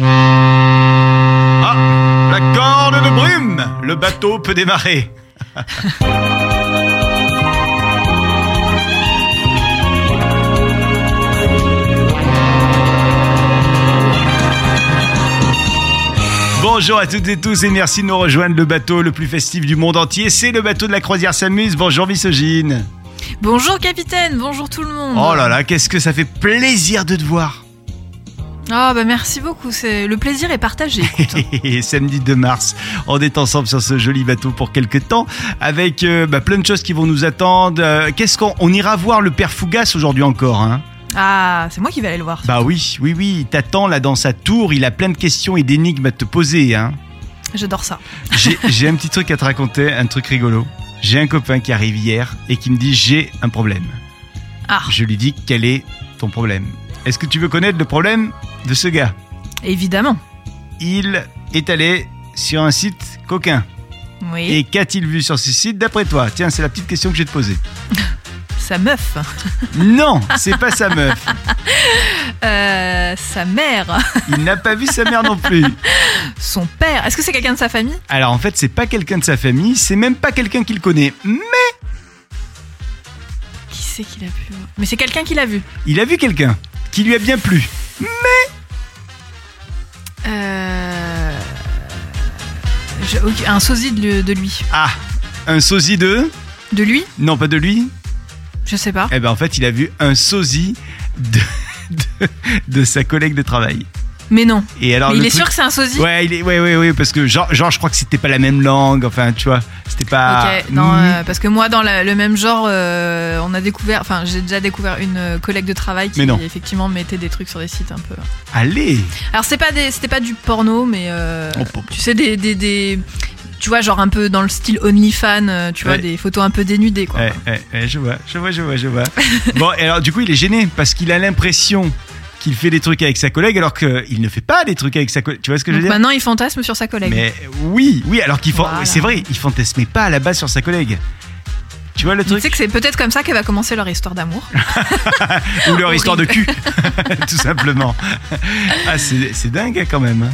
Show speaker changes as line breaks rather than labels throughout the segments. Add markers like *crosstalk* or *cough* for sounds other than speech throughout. Ah, Le bateau peut démarrer. Bonjour à toutes et tous et merci de nous rejoindre. Le bateau le plus festif du monde entier, c'est le bateau de la croisière s'amuse. Bonjour Misogyne.
Bonjour capitaine, bonjour tout le monde.
Oh là là, qu'est-ce que ça fait plaisir de te voir.
Ah bah merci beaucoup, c'est le plaisir est partagé. écoute.
*laughs* Et samedi 2 mars, on est ensemble sur ce joli bateau pour quelques temps avec euh, bah, plein de choses qui vont nous attendre. Euh, qu'est-ce qu'on on ira voir le père Fougas aujourd'hui encore hein
ah, c'est moi qui vais aller le voir.
Bah oui, oui oui, il t'attend là dans sa tour, il a plein de questions et d'énigmes à te poser hein.
J'adore ça.
J'ai *laughs* j'ai un petit truc à te raconter, un truc rigolo. J'ai un copain qui arrive hier et qui me dit j'ai un problème.
Ah,
Je lui dis quel est ton problème. Est-ce que tu veux connaître le problème de ce gars
évidemment.
Il est allé sur un site coquin.
Oui,
Et qu'a-t-il vu sur ce site d'après toi Tiens, c'est la petite question que j'ai te poser.
sa meuf,
Non, c'est pas sa meuf.
Euh, sa mère,
Il n'a pas vu sa mère non plus.
son père. Est-ce que c'est quelqu'un de sa famille
Alors en fait, c'est pas quelqu'un de sa famille, c'est même pas quelqu'un qu'il connaît. Hmm, Mais
Qui c'est qui l'a vu Mais c'est quelqu'un qui l'a vu.
il a vu quelqu'un qui lui a bien plu.
Euh... je- ok, Un sosie de lui- de lui.
Ah, un sosie de
De lui
Non, pas de lui.
Je sais pas.
Eh ben en fait, il a vu un sosie de, de, de sa collègue de travail.
Mais non.
Et alors
Mais
le
il est
truc-
sûr que c'est un sosie
Ouais, il est, ouais, ouais, ouais, parce que genre, genre, je crois que c'était pas la même langue, enfin, tu vois, c'était pas.
Ok, non,
Mm.
euh, parce que moi, dans la- le même genre, euh, on a découvert, enfin, j'ai déjà découvert une euh, collègue de travail qui
Mais non.
effectivement mettait des trucs sur des sites un peu.
Allez,
Alors, c'est pas des, c'était pas du porno, mais euh,
Oh, oh, oh.
tu sais des, des, des- tu vois, genre un peu dans le style OnlyFans, euh, tu vois,
Ouais.
des photos un peu dénudées, quoi.
Ouais, ouais, ouais, Eh, je vois, je vois, je vois, je vois. *laughs* bon, et alors du coup, il est gêné parce qu'il a l'impression qu'il fait des trucs avec sa collègue alors qu'il ne fait pas des trucs avec sa collègue. Tu vois ce que je
Donc
veux dire
maintenant, il fantasme sur sa collègue.
Mais oui, oui, alors qu'il fan-
Voilà.
c'est vrai, il fantasmait pas à la base sur sa collègue. Tu vois le
Tu
truc
sais que c'est peut-être comme ça qu'elle va commencer leur histoire d'amour.
*laughs* Ou leur histoire de
horrible.
cul,
*laughs*
*laughs* tout simplement. Ah, c'est c'est dingue hein, quand même. hein.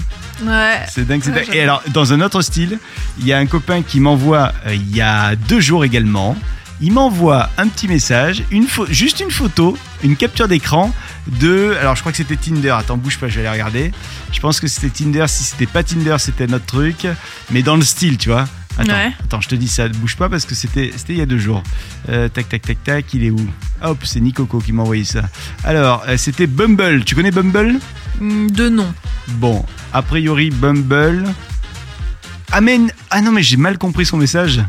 ouais. Ah,
C'est dingue, c'est
Ouais,
dingue. Et
j'avoue.
alors, dans un autre style, il y a un copain qui m'envoie, euh, il y a deux jours également, il m'envoie un petit message, une pho- juste une photo, une capture d'écran de. Alors, je crois que c'était Tinder. Attends, bouge pas, je vais aller regarder. Je pense que c'était Tinder. Si c'était pas Tinder, c'était notre truc. Mais dans le style, tu vois. Attends,
Ouais.
attends, je te dis ça, bouge pas parce que c'était c'était il y a deux jours. Euh, tac, tac, tac, tac, il est où Hop, c'est Nicoco qui m'a envoyé ça. Alors, euh, c'était Bumble. Tu connais Bumble
Hmm, De non.
Bon, a priori Bumble. Ah, mais n- ah non mais j'ai mal compris son message.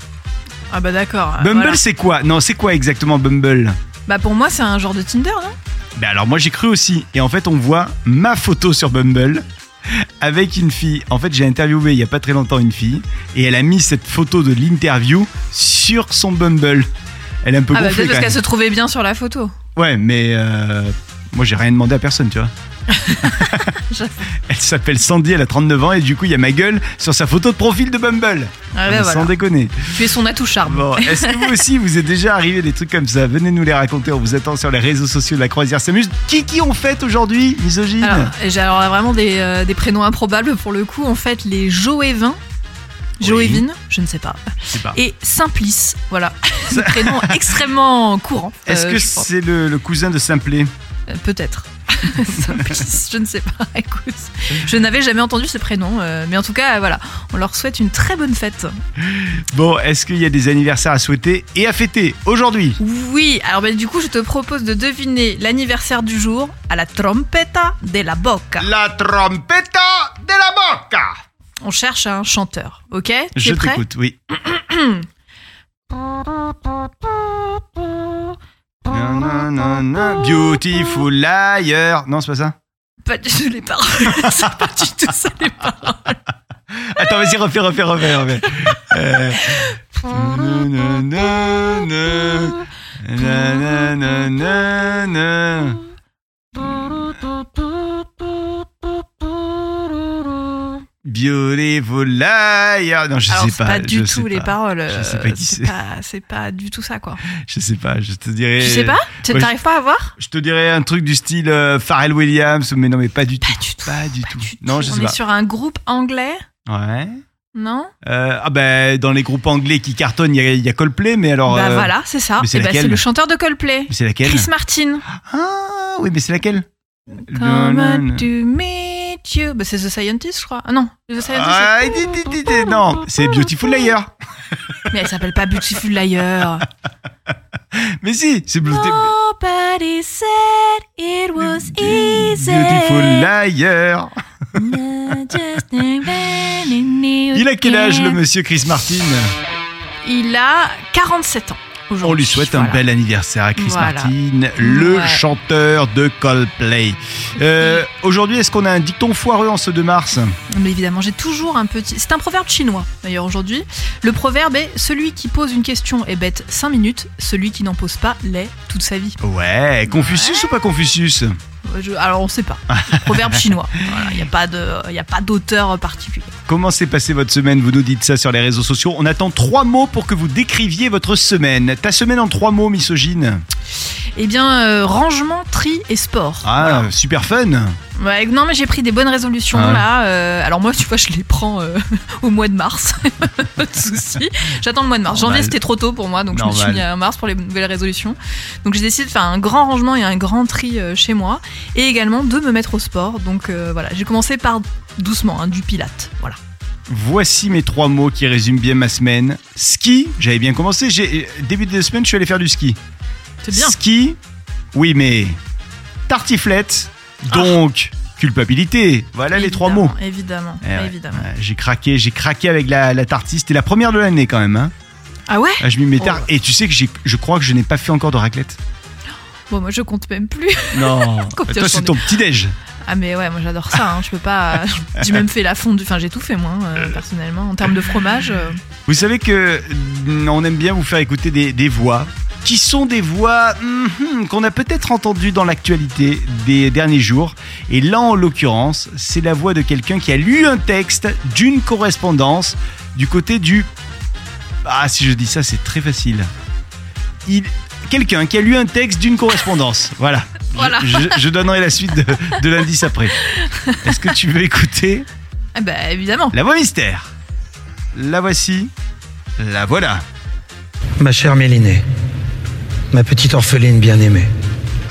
Ah bah d'accord.
Bumble
Voilà.
c'est quoi Non c'est quoi exactement Bumble
Bah pour moi, c'est un genre de Tinder, non Ah bah,
Ben alors moi j'ai cru aussi et en fait on voit ma photo sur Bumble avec une fille. En fait j'ai interviewé il y a pas très longtemps une fille et elle a mis cette photo de l'interview sur son Bumble. Elle est un peu
Ah bah
gonflée
peut-être parce
quand
qu'elle
même.
se trouvait bien sur la photo.
Ouais mais euh, moi j'ai rien demandé à personne
*laughs*
tu vois.
J'avoue.
elle s'appelle Sandy, elle a 39 ans et du coup il y a ma gueule sur sa photo de profil de Bumble.
Ah
Non,
bah
mais
voilà.
Sans déconner.
Tu es son atout charme. *laughs*
Bon, est-ce que vous aussi vous est déjà arrivé des trucs comme ça Venez nous les raconter, on vous attend sur les réseaux sociaux de la croisière s'amuse. Qui qui on fête aujourd'hui, misogyne
Alors, j'ai alors là, vraiment des, euh, des prénoms improbables pour le coup. En fait, les Joévin,
Oui.
Joévin, je ne sais pas,
Je sais pas.
et Simplice,
*laughs*
voilà, des prénoms extrêmement courants.
Est-ce
euh,
que
je pense.
c'est le, le cousin de Simplet
Euh, peut-être *laughs* Simplice, je ne sais pas. *laughs* Écoute,
Euh.
je n'avais jamais entendu ce prénom, euh, mais en tout cas, euh, voilà, on leur souhaite une très bonne fête.
Bon, est-ce qu'il y a des anniversaires à souhaiter et à fêter aujourd'hui
Oui, alors bah, du coup, je te propose de deviner l'anniversaire du jour à la trompeta de la boca.
La trompeta de la boca
On cherche un chanteur, ok T'es
Je
prêt
t'écoute, oui.
Oh,
Nan, nan, nan, nan. Beautiful liar. Non, c'est pas ça
Pas du tout les paroles. *laughs* C'est pas du tout ça les paroles.
Attends, vas-y, refais, refais, refais,
*laughs*
refais. Euh, nanana, nanana, nanana. Beautiful liar. Ah, Non, je
Alors,
sais
c'est
pas.
pas du
je
tout
sais
les
pas.
paroles.
Je
euh,
sais pas qui c'est.
pas- C'est pas du tout ça, quoi.
Je sais pas, je te dirais.
Tu sais pas Tu
ouais,
T'arrives pas à voir
Je te dirais un truc du style euh, Pharrell Williams, mais non, mais pas du tout.
Pas du tout.
Pas du
Pas
tout.
du tout.
Non, je
On
sais
est
pas.
sur un groupe anglais.
Ouais.
Non
Euh, ah ben, dans les groupes anglais qui cartonnent, il y, a- il y a Coldplay, mais alors.
Bah
euh,
voilà, c'est ça.
mais c'est
Eh ben,
laquelle
c'est le chanteur de Coldplay.
mais C'est laquelle
Chris Martin.
Ah oui, mais c'est laquelle
Come
Non, non,
out to meet you. Bah, c'est The Scientist, je crois. Ah non, The Scientist.
Ah,
c'est-
dit, dit, dit, dit, non, c'est Beautiful Liar.
Mais elle s'appelle pas Beautiful
*laughs*
Liar.
Mais si, c'est Beautiful,
Nobody said it was easy.
Beautiful
*laughs*
Liar. Il
Il
a quel âge le monsieur Chris Martin
Il a 47 ans aujourd'hui.
On lui souhaite un
Voilà.
bel anniversaire à Chris
Voilà.
Martin, le
Ouais.
chanteur de Coldplay. Euh, Aujourd'hui, est-ce qu'on a un dicton foireux en ce 2 mars
Mais évidemment, j'ai toujours un petit. C'est un proverbe chinois, d'ailleurs, aujourd'hui. Le proverbe est Celui qui pose une question est bête 5 minutes, celui qui n'en pose pas l'est toute sa vie.
Ouais, Confucius ou pas Confucius
Euh, je- Alors, on
*laughs*
sait pas. Proverbe chinois. Voilà, Il n'y a pas de- il y a pas d'auteur particulier.
Comment s'est passée votre semaine Vous nous dites ça sur les réseaux sociaux. On attend trois mots pour que vous décriviez votre semaine. Ta semaine en trois mots, misogyne.
Eh bien, euh, rangement, tri et sport.
Ah, super fun.
Ouais, non, mais j'ai pris des bonnes résolutions
Ah ouais.
là. euh, alors moi, tu vois, je les prends euh, *laughs* au mois de mars. *laughs* pas de souci. J'attends le mois de mars.
Normal.
Janvier, c'était trop tôt pour moi, donc je me
Normal.
suis mis à mars pour les nouvelles résolutions. Donc j'ai décidé de faire un grand rangement et un grand tri euh, chez moi, et également de me mettre au sport. Donc euh, voilà, j'ai commencé par doucement, hein, du Pilate. Voilà.
Voici mes trois mots qui résument bien ma semaine. Ski, j'avais bien commencé. J'ai- euh, Début de semaine, je suis allé faire du ski.
C'est bien.
Ski, oui, mais tartiflette,
Ah.
donc culpabilité. Voilà les trois mots.
Évidemment,
Eh ouais.
évidemment.
Euh, J'ai craqué, j'ai craqué avec la, la tartiste. C'était la première de l'année quand même. hein.
Ah ouais
Ah, Je m'y mets
Oh.
tard. Et tu sais que j'ai- je crois que je n'ai pas fait encore de raclette.
Bon, moi, je compte même plus. *laughs*
Non.
Combien
Toi,
j'en
c'est
ai
ton petit déj.
Ah mais ouais, moi j'adore ça. hein, Je
*laughs*
peux pas. J'ai même fait la fondue. Enfin, j'ai tout fait moi, hein, euh, personnellement. En termes de fromage. euh,
Vous savez que mm, on aime bien vous faire écouter des, des voix qui sont des voix hum, hum, qu'on a peut-être entendues dans l'actualité des derniers jours. Et là, en l'occurrence, c'est la voix de quelqu'un qui a lu un texte d'une correspondance du côté du... Ah, si je dis ça, c'est très facile. Il... Quelqu'un qui a lu un texte d'une correspondance. Voilà. Je-
Voilà.
Je, je donnerai la suite de, de l'indice après. Est-ce que tu veux écouter
Ah bah évidemment.
la voix mystère. La voici. La voilà.
Ma chère Mélinée, ma petite orpheline bien-aimée.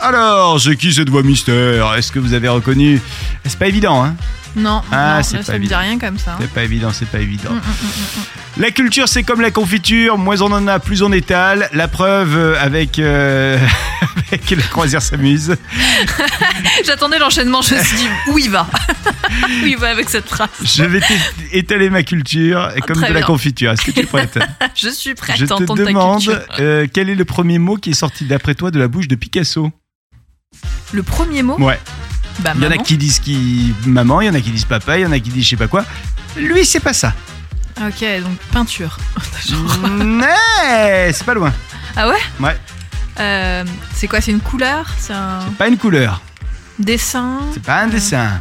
Alors, c'est qui cette voix mystère Est-ce que vous avez reconnu C'est pas évident, hein
Non,
Ah,
non,
c'est
là,
pas
ça me dit
évident.
rien comme ça. hein.
C'est pas évident, c'est pas évident.
Mm, mm,
La culture, c'est comme la confiture. Moins on en a, plus on étale. La preuve euh, avec, euh, *laughs* avec la croisière s'amuse.
J'attendais l'enchaînement, je me suis dit où
*laughs*
il va Où il va avec cette phrase
Je vais t'é- étaler ma culture et comme
Ah, très
de la
bien.
confiture. Est-ce que tu es
*laughs*
prête
Je suis prête
Je
à entendre
te
ta
demande
culture.
euh, quel est le premier mot qui est sorti d'après toi de la bouche de Picasso
Le premier mot,
Ouais.
bah
Il y en a
maman.
qui disent qui maman, il y en a qui disent papa, il y en a qui disent je sais pas quoi. Lui, c'est pas
*laughs*
ça.
Ok, donc peinture. *laughs*
Mm.
Genre,
Mais c'est pas loin.
Ah ouais
Ouais.
Euh, c'est quoi C'est une couleur C'est un
Pas une couleur.
dessin
C'est pas un dessin.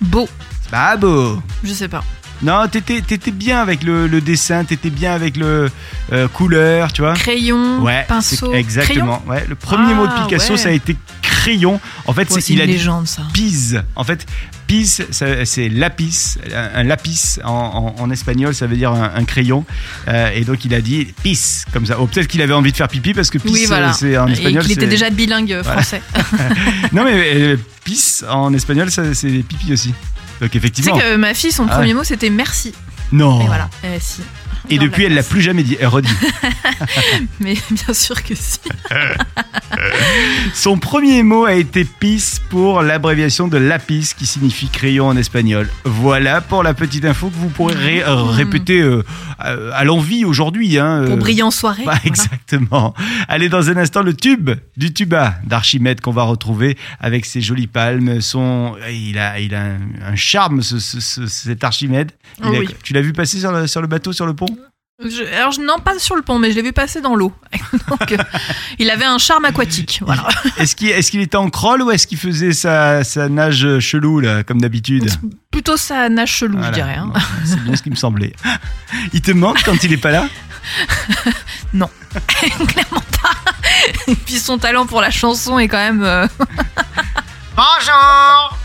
Beau,
C'est pas beau.
je sais pas.
Non, t'étais, t'étais bien avec le, le dessin, t'étais bien avec le euh, couleur, tu vois.
Crayon,
Ouais, c'est-
pinceau, crayon.
exactement. ouais, le premier
Ah,
mot de Picasso,
ouais.
ça a été crayon. En fait,
Ouais,
c'est-
c'est
il
une
a dit
légende ça.
pise. En fait, pise, ça- c'est lapis. Un, un lapis en, en- en espagnol, ça veut dire un, un crayon. Euh, et donc, il a dit pis, comme ça. Oh, peut-être qu'il avait envie de faire pipi parce que pis,
Oui, voilà.
euh, c'est en
Et
espagnol.
qu'il était
c'est-
déjà bilingue euh,
Voilà.
français.
Non, mais euh, pis en espagnol, ça, c'est pipi aussi. Donc,
tu sais
effectivement.
que ma fille, son
Ah Oh.
premier mot c'était merci.
Non.
Et voilà. Eh, si. *laughs*
Et
Dans la
depuis, elle l'a
classe.
plus jamais dit, euh,
*laughs*
redit.
Mais bien sûr que si.
Son premier mot a été pis pour l'abréviation de lapis qui signifie crayon en espagnol. Voilà pour la petite info que vous pourrez ré- euh, répéter euh, à, à l'envie aujourd'hui. hein,
Hmm. Pour
euh,
briller en soirée.
*laughs* Bah,
voilà.
exactement. Allez, dans un instant, le tube du tuba d'Archimède qu'on va retrouver avec ses jolies palmes. Son... Il, a, il a un, un charme, ce- ce- ce- cet Archimède. Il
Oh
a-
oui.
Tu l'as vu passer sur le, sur le bateau, sur le pont
Je- alors, je, non, pas sur le pont, mais je l'ai vu passer dans l'eau. *laughs* Donc, euh, il avait un charme aquatique. Voilà.
Est-ce qu'il est qu'il était en crawl ou est-ce qu'il faisait sa, sa nage chelou, là, comme d'habitude
Plutôt ça nage chelou,
Voilà.
je dirais. hein.
Bon, C'est bien ce qui me semblait. Il te manque quand il est pas là
*laughs* Clairement pas. Et puis son talent pour la chanson est quand même. euh,
Bonjour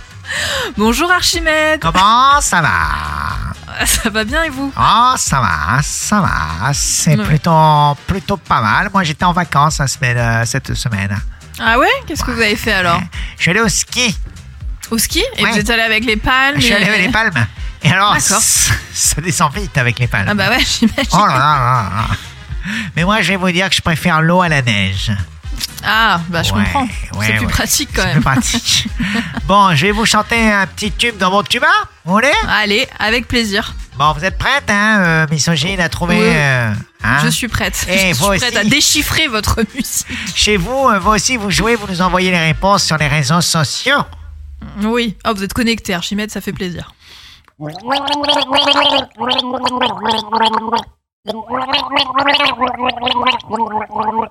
Bonjour Archimède.
Comment ça va
Ça va bien et vous
Ah, ça va, ça va. C'est
Ouais.
plutôt, plutôt pas mal. Moi, j'étais en vacances la semaine, euh, cette semaine. Hein?
Ah ouais Qu'est-ce que vous avez fait alors
Je suis allé au ski.
Au ski Et
Ouais.
vous êtes allé avec les palmes
Je suis
et-
allé avec les palmes. Et alors,
D'accord.
*laughs* ça descend vite avec les palmes.
Ah bah ouais, *laughs* j'imagine.
Oh là là là là. Mais moi, je vais vous dire que je préfère l'eau à la neige.
Ah bah je
Ouais,
comprends.
ouais,
c'est plus
ouais.
pratique quand
C'est
même.
plus pratique. bon, je vais vous chanter un petit tube dans mon tuba. Vous voulez
*laughs* Allez, avec plaisir.
Bon, vous êtes prête, hein euh, Misogyne a trouvé.
Oui.
euh, hein
je suis prête.
Eh,
je suis
vous
prête
aussi.
à déchiffrer votre *laughs* musique.
Chez vous, euh, vous aussi, vous jouez, vous nous envoyez les réponses sur les réseaux sociaux.
Oui. Ah, vous êtes connecté, Archimède, ça fait plaisir. Ah,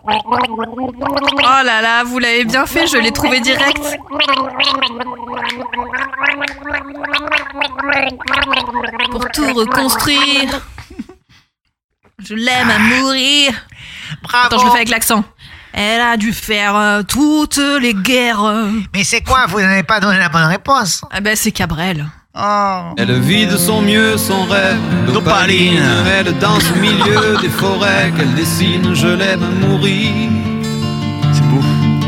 Oh là là, vous l'avez bien fait, je l'ai trouvé direct. Pour tout reconstruire. Je l'aime à mourir.
Bravo.
Attends, je le fais avec l'accent. Elle a dû faire euh, toutes les guerres. euh.
Mais c'est quoi Vous n'avez pas donné la bonne réponse.
Ah ben c'est Cabrel.
Elle vit de son mieux son rêve
Dopaline.
d'opaline. Elle danse
*laughs*
au milieu des forêts qu'elle dessine. Je l'aime à mourir.
C'est beau.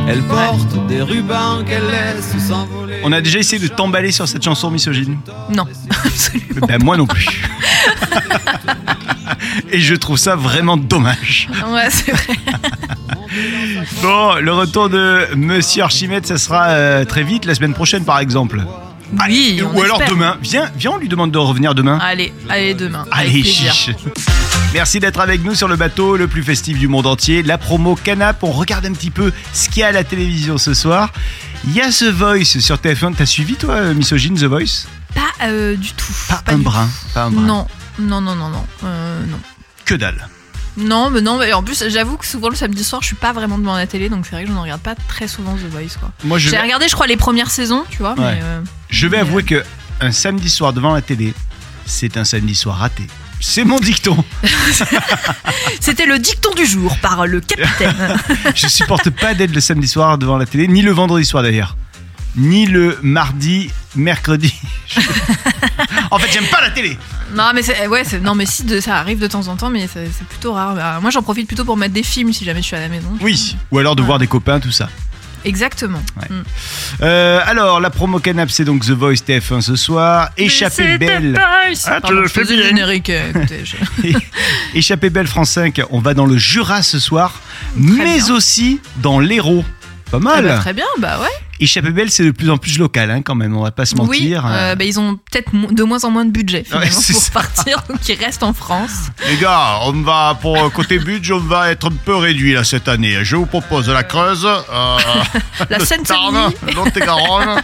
Elle porte des rubans qu'elle laisse s'envoler.
On a déjà essayé de t'emballer sur cette chanson misogyne.
Non, *laughs* absolument.
Ben moi non *laughs* plus. Et je trouve ça vraiment dommage.
Ouais, c'est vrai.
Bon, le retour de Monsieur Archimède, ça sera euh, très vite, la semaine prochaine par exemple.
Oui,
Et-
on
ou alors
espère.
demain. Viens, viens, on lui demande de revenir demain.
Allez, allez demain. Ah, avec
Allez,
plaisir.
chiche. Merci d'être avec nous sur le bateau le plus festif du monde entier. La promo Canap, on regarde un petit peu ce qu'il y a à la télévision ce soir. Il y a The Voice sur TF1. T'as suivi toi, euh, Misogyne, The Voice
Pas euh, du tout.
Pas,
Pas
un
du
brin. Pas un
tout.
brin.
Non, non, non, non, non. Euh, non.
Que dalle.
Non, mais non, mais en plus, j'avoue que souvent le samedi soir, je suis pas vraiment devant la télé, donc c'est vrai que je n'en regarde pas très souvent The Voice, quoi.
Moi, je,
J'ai regardé, je crois, les premières saisons, tu vois,
Ouais.
mais. euh,
je vais avouer que un samedi soir devant la télé, c'est un samedi soir raté. C'est mon dicton.
C'était le dicton du jour par
*laughs*
le capitaine.
Je
*laughs*
supporte pas d'être le samedi soir devant la télé, ni le vendredi soir d'ailleurs, ni le mardi,
*laughs*
mercredi. Je- en fait, j'aime pas la télé.
non, mais c'est- ouais, c'est- non, mais si, de- ça arrive de temps en temps, mais c'est c'est plutôt rare. Bah, moi, j'en profite plutôt pour mettre des films si jamais je suis à la maison.
Oui. Ou alors de voir des copains, tout ça.
Exactement. Mm.
Euh, alors, la promo canap, c'est donc The Voice TF1 ce soir. Échappée belle. Ah, tu
Pardon,
le
je
fais
faisais
bien.
le générique. euh, écoutez, je-
*laughs* Échappée belle France 5. On va dans le Jura ce soir, mais
bien.
aussi dans l'Hérault. Pas
Ah
mal.
bah, très bien, bah ouais.
Échappée belle, c'est de plus en plus local, hein, quand même. On va pas se
Oui,
mentir. hein.
euh, bah, ils ont peut-être mo- de moins en moins de budget finalement,
c'est
pour
ça.
partir, donc ils restent
*laughs*
en France.
Les gars, on va pour euh, côté budget, on va être un peu réduit là cette année. Je vous propose la Creuse, euh,
La
le Tarn,
Seine-Saint-Denis, Oh,
Lot-et-Garonne.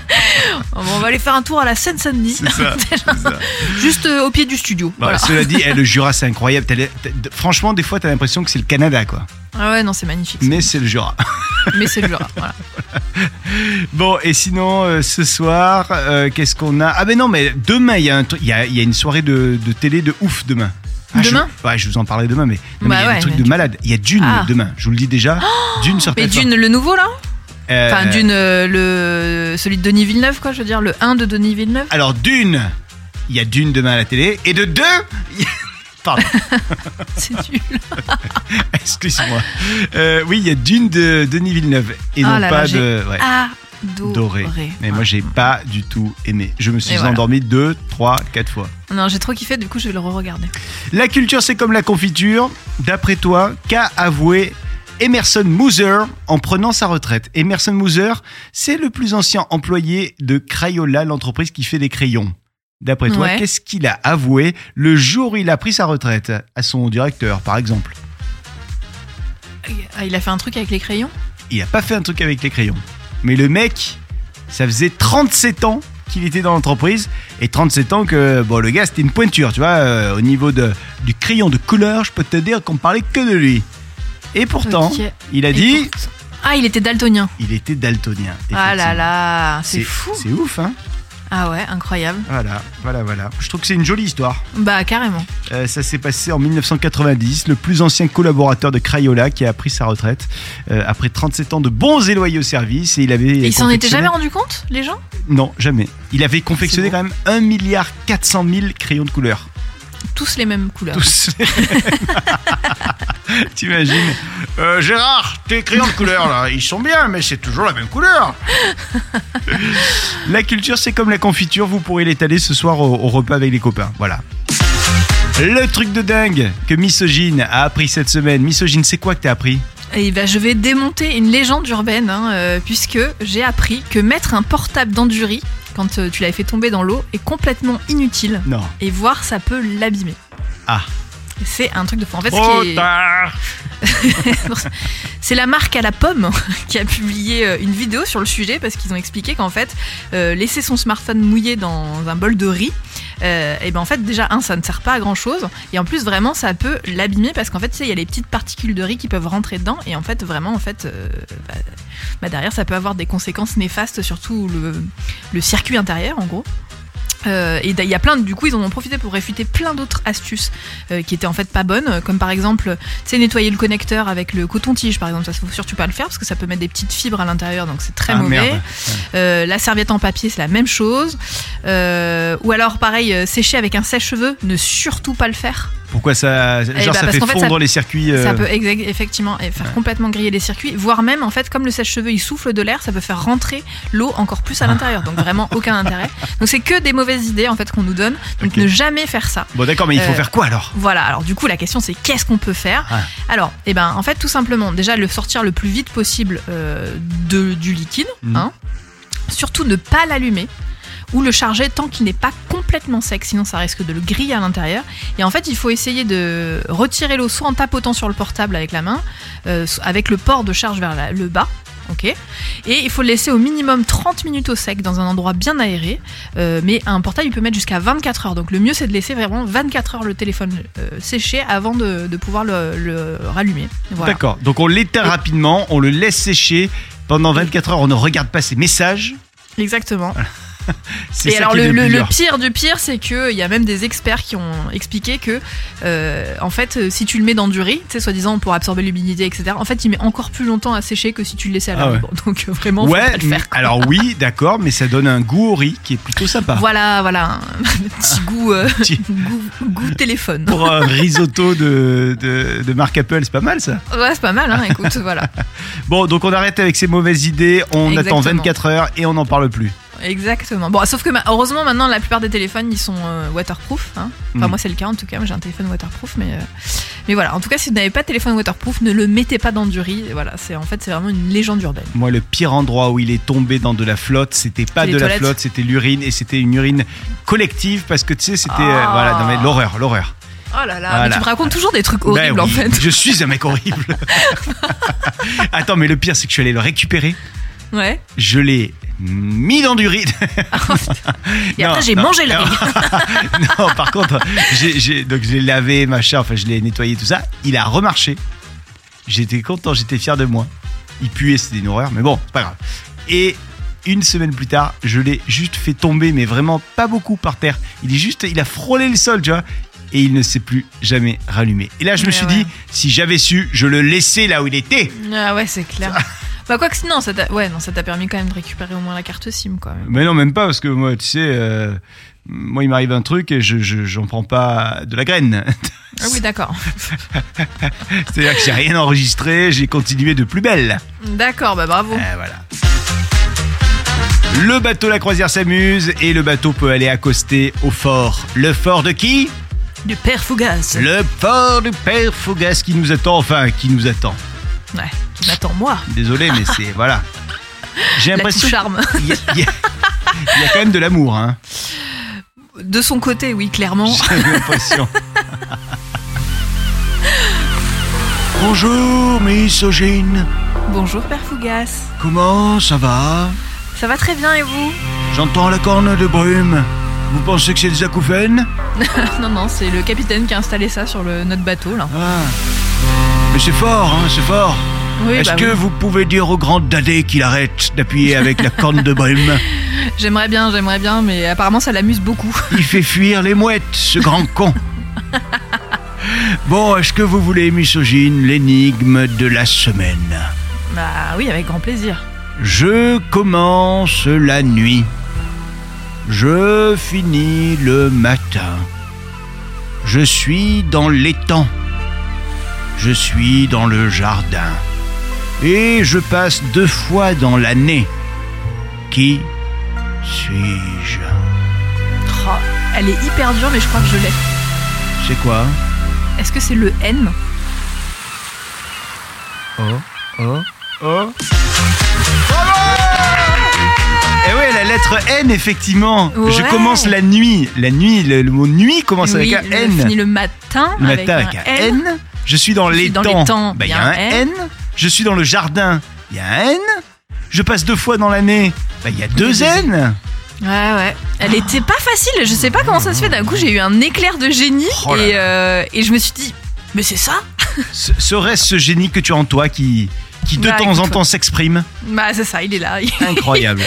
on va aller faire un tour à la Seine-Saint-Denis,
C'est
*laughs*
ça. c'est ça.
juste euh, au pied du studio.
Bah,
voilà.
Cela dit, eh, le Jura, c'est incroyable. T'as les- t'as- franchement, des fois, t'as l'impression que c'est le Canada, quoi.
Ah ouais, non, c'est magnifique.
Mais c'est le Jura.
Mais c'est le genre. Voilà.
Bon, et sinon, euh, ce soir, euh, qu'est-ce qu'on a Ah, ben non, mais demain, il y, a un truc- il y a, il y a une soirée de, de télé de ouf demain. Ah, je-
Demain
Ouais, je vous en parlais demain, mais non, mais il
Bah
y a un
ouais,
truc
mais
de
tu-
malade. Il y a Dune
Ah. Oh,
demain, je vous le dis déjà. Dune sur
Mais
TF1.
Dune, le nouveau là
Euh,
Enfin, Dune, euh, le... celui de Denis Villeneuve, quoi, je veux dire, le 1 de Denis Villeneuve. *laughs*
Alors d'une, il y a d'une demain à la télé, et de deux, *laughs* il y a- pardon,
C'est nul.
excuse-moi. Euh, oui, il y a d'une de Denis Villeneuve et
Ah
non
là là,
pas
j'ai
de. ouais,
Adoré.
Doré. Mais moi, j'ai pas du tout aimé. Je me suis
Et voilà.
endormi deux, trois, quatre fois.
Non, j'ai trop kiffé, du coup, je vais le re-regarder.
La culture, c'est comme la confiture. D'après toi, qu'a avoué Emerson Mouser en prenant sa retraite Emerson Mouser, c'est le plus ancien employé de Crayola, l'entreprise qui fait des crayons. D'après toi,
Ouais.
qu'est-ce qu'il a avoué le jour où il a pris sa retraite à son directeur, par exemple
Ah, il a fait un truc avec les crayons
Il n'a pas fait un truc avec les crayons. Mais le mec, ça faisait 37 ans qu'il était dans l'entreprise et 37 ans que bon le gars c'était une pointure, tu vois, euh, au niveau de, du crayon de couleur, je peux te dire qu'on parlait que de lui. Et pourtant,
Ok.
il a
Et
dit,
pour- Ah, il était daltonien.
il était daltonien.
Ah là
effectivement.
là, c'est fou.
C'est ouf, hein
Ah ouais, incroyable.
Voilà, voilà, voilà. Je trouve que c'est une jolie histoire.
Bah carrément.
Euh, ça s'est passé en 1990. Le plus ancien collaborateur de Crayola qui a pris sa retraite euh, après 37 ans de bons et loyaux services. Et il avait.
Et ils s'en étaient
confectionné-
jamais rendu compte, les gens
Non, jamais. Il avait confectionné
beau.
quand même 1 milliard 400 000 crayons de couleur.
tous les mêmes couleurs. *laughs*
tous les mêmes. T'imagines Euh, Gérard, tes crayons de couleur, là, ils sont bien, mais c'est toujours la même couleur. la culture, c'est comme la confiture, vous pourrez l'étaler ce soir au, au repas avec les copains. Voilà. Le truc de dingue que Misogyne a appris cette semaine. Misogyne, c'est quoi que t'as appris
Et ben, je vais démonter une légende urbaine, hein, euh, puisque j'ai appris que mettre un portable dans du riz, quand euh, tu l'avais fait tomber dans l'eau, est complètement inutile.
Non.
Et voir, ça peut l'abîmer.
Ah.
C'est un truc de fou. En fait, ce
Trop
qui est- *laughs*
tard.
C'est la marque à la pomme *laughs* qui a publié euh, une vidéo sur le sujet parce qu'ils ont expliqué qu'en fait, euh, laisser son smartphone mouillé dans un bol de riz, euh, et ben en fait déjà un, ça ne sert pas à grand chose et en plus vraiment ça peut l'abîmer parce qu'en fait tu sais il y a les petites particules de riz qui peuvent rentrer dedans et en fait vraiment en fait euh, bah, bah, derrière ça peut avoir des conséquences néfastes sur tout le, le circuit intérieur en gros. Euh, et il y a plein de- du coup ils en ont profité pour réfuter plein d'autres astuces euh, qui étaient en fait pas bonnes comme par exemple tu sais, nettoyer le connecteur avec le coton-tige, par exemple, ça faut surtout pas le faire parce que ça peut mettre des petites fibres à l'intérieur, donc c'est très
Ah,
mauvais.
merde.
Euh, la serviette en papier, c'est la même chose. Euh, ou alors, pareil, euh, sécher avec un sèche-cheveux, ne surtout pas le faire.
Pourquoi ça, genre
Eh bah,
ça
parce
fait
qu'en fait, ça-
fondre les circuits euh,
Ça peut exa- effectivement eh, faire complètement griller les circuits, voire même, en fait, comme le sèche-cheveux, il souffle de l'air, ça peut faire rentrer l'eau encore
Ah.
plus à l'intérieur, donc
*laughs*
vraiment aucun intérêt. Donc c'est que des mauvaises idées, en fait, qu'on nous donne. Donc
Ok.
ne jamais faire ça.
Bon, d'accord, mais il faut
Euh,
faire quoi alors
Voilà, alors du coup la question c'est qu'est-ce qu'on peut faire
Ah.
Alors, eh ben en fait tout simplement déjà le sortir le plus vite possible euh, de, du liquide,
Mhm.
hein. surtout ne pas l'allumer ou le charger tant qu'il n'est pas complètement sec, sinon ça risque de le griller à l'intérieur. Et en fait il faut essayer de retirer l'eau soit en tapotant sur le portable avec la main, euh, so- avec le port de charge vers la- le bas. Ok, et il faut le laisser au minimum 30 minutes au sec dans un endroit bien aéré. Euh, mais un portable, il peut mettre jusqu'à 24 heures. Donc le mieux, c'est de laisser vraiment 24 heures le téléphone euh, sécher avant de, de pouvoir le, le rallumer. Voilà.
D'accord. Donc on l'éteint rapidement, on le laisse sécher pendant 24 heures, on ne regarde pas ses messages.
Exactement.
Ah, C'est
Et
ça
alors
qui est le
le, le-
plus
le
dur.
pire du pire, c'est que il y a même des experts qui ont expliqué que, euh, en fait, euh, si tu le mets dans du riz, tu sais, soi-disant pour absorber l'humidité, etc. En fait, il met encore plus longtemps à sécher que si tu le laissais à l'air
Ah ouais.
libre. *laughs* Donc euh, vraiment, faut pas
ouais,
le faire. quoi.
alors oui, d'accord, mais ça donne un goût au riz qui est plutôt sympa.
Voilà, voilà, un *laughs* petit goût, euh,
Ah. *laughs* Petit-
goût, goût téléphone.
Pour un risotto de, de, de marque Apple, c'est pas mal ça.
Ouais, c'est pas mal, hein, écoute, *laughs* voilà.
Bon, donc on arrête avec ces mauvaises idées, on attend
Exactement.
24 heures et on n'en parle plus.
Exactement. Bon, sauf que ma- heureusement maintenant la plupart des téléphones ils sont euh, waterproof. hein. Enfin
Mm.
moi c'est le cas en tout cas. Moi, J'ai un téléphone waterproof, mais euh, mais voilà. En tout cas si vous n'avez pas de téléphone waterproof, ne le mettez pas dans du riz. Voilà, c'est en fait c'est vraiment une légende urbaine.
Moi, le pire endroit où il est tombé dans de la flotte, c'était pas
Les
de la
toilettes.
flotte, c'était l'urine et c'était une urine collective parce que tu sais, c'était.
Ah.
euh, voilà, non mais l'horreur, l'horreur.
Oh là là.
Voilà.
Mais tu me racontes toujours des trucs horribles
Ben
en
oui,
fait. *laughs*
Je suis un mec horrible. Attends, mais le pire, c'est que je suis allé le récupérer.
Ouais.
Je l'ai mis dans du riz.
Ah, Et
Non,
après j'ai
non,
mangé le
non.
riz.
*laughs* non, Oh, par contre, j'ai, j'ai- donc je l'ai lavé, machin, enfin je l'ai nettoyé, tout ça. Il a remarché. J'étais content, j'étais fier de moi. Il puait, c'était une horreur, mais bon, c'est pas grave. Et une semaine plus tard, je l'ai juste fait tomber, mais vraiment pas beaucoup par terre. Il est juste, il a frôlé le sol, tu vois. Et il ne s'est plus jamais rallumé. Et là, je me
Mais
suis
ouais.
dit, si j'avais su, je le laissais là où il était.
Ah ouais c'est clair. Bah quoi que sinon ça t'a ouais non ça t'a permis quand même de récupérer au moins la carte SIM quoi.
Mais non, même pas, parce que moi, tu sais, euh, moi, il m'arrive un truc et je, je- j'en prends pas de la graine.
Ah oui d'accord.
C'est-à-dire que j'ai rien enregistré, j'ai continué de plus belle.
D'accord bah bravo.
Eh, voilà. Le bateau La Croisière s'amuse et le bateau peut aller accoster au fort. Le fort de qui
Du père Fougas.
Le fort du père Fougas qui nous attend, enfin qui nous attend.
Ouais. Qui m'attend moi.
Désolé, mais c'est voilà. J'ai
La touche
l'impression
charme.
qu'il y, a- il y a- il y a quand même de l'amour. Hein.
*laughs* De son côté oui clairement.
J'ai l'impression. Bonjour, misogyne.
Bonjour père Fougas.
Comment ça va
Ça va très bien et vous
J'entends la corne de brume. Vous pensez que c'est des acouphènes
*laughs* Non, non, c'est le capitaine qui a installé ça sur le, notre bateau là.
Ah. Mais c'est fort, hein, c'est fort.
Oui,
Est-ce
bah
que
oui.
vous pouvez dire au grand dadé qu'il arrête d'appuyer avec la corne de
*laughs*
brume
J'aimerais bien, j'aimerais bien, mais apparemment ça l'amuse beaucoup. *laughs*
Il fait fuir les mouettes, ce grand con. Bon, est-ce que vous voulez, misogyne, l'énigme de la semaine
Bah oui, avec grand plaisir.
Je commence la nuit. Je finis le matin. Je suis dans l'étang. Je suis dans le jardin. Et je passe deux fois dans l'année. Qui suis-je
Oh, elle est hyper dure, mais je crois que je l'ai.
C'est quoi
Est-ce que c'est le N
Oh, oh, oh. Eh ouais, la lettre N, effectivement. Je
Ouais.
commence la nuit. La nuit, le, le mot nuit commence avec
Oui,
un
je
N.
finis le matin.
Le
avec
matin
un N.
Je suis dans
Je suis
l'étang.
dans l'étang.
Bah, il y a un N. Je suis dans le jardin. Il y a un N. Je passe deux fois dans l'année. Bah, il y a deux
deux
N.
Ouais, ouais. Elle était pas facile. Je sais pas comment ça se fait. D'un coup, j'ai eu un éclair de génie
Oh là
et, euh, et je me suis dit, mais c'est ça
Se- Serait-ce ce génie que tu as en toi qui, qui de
Bah,
temps en
écoute.
temps s'exprime
Bah, c'est ça, il est là. *laughs*
Incroyable.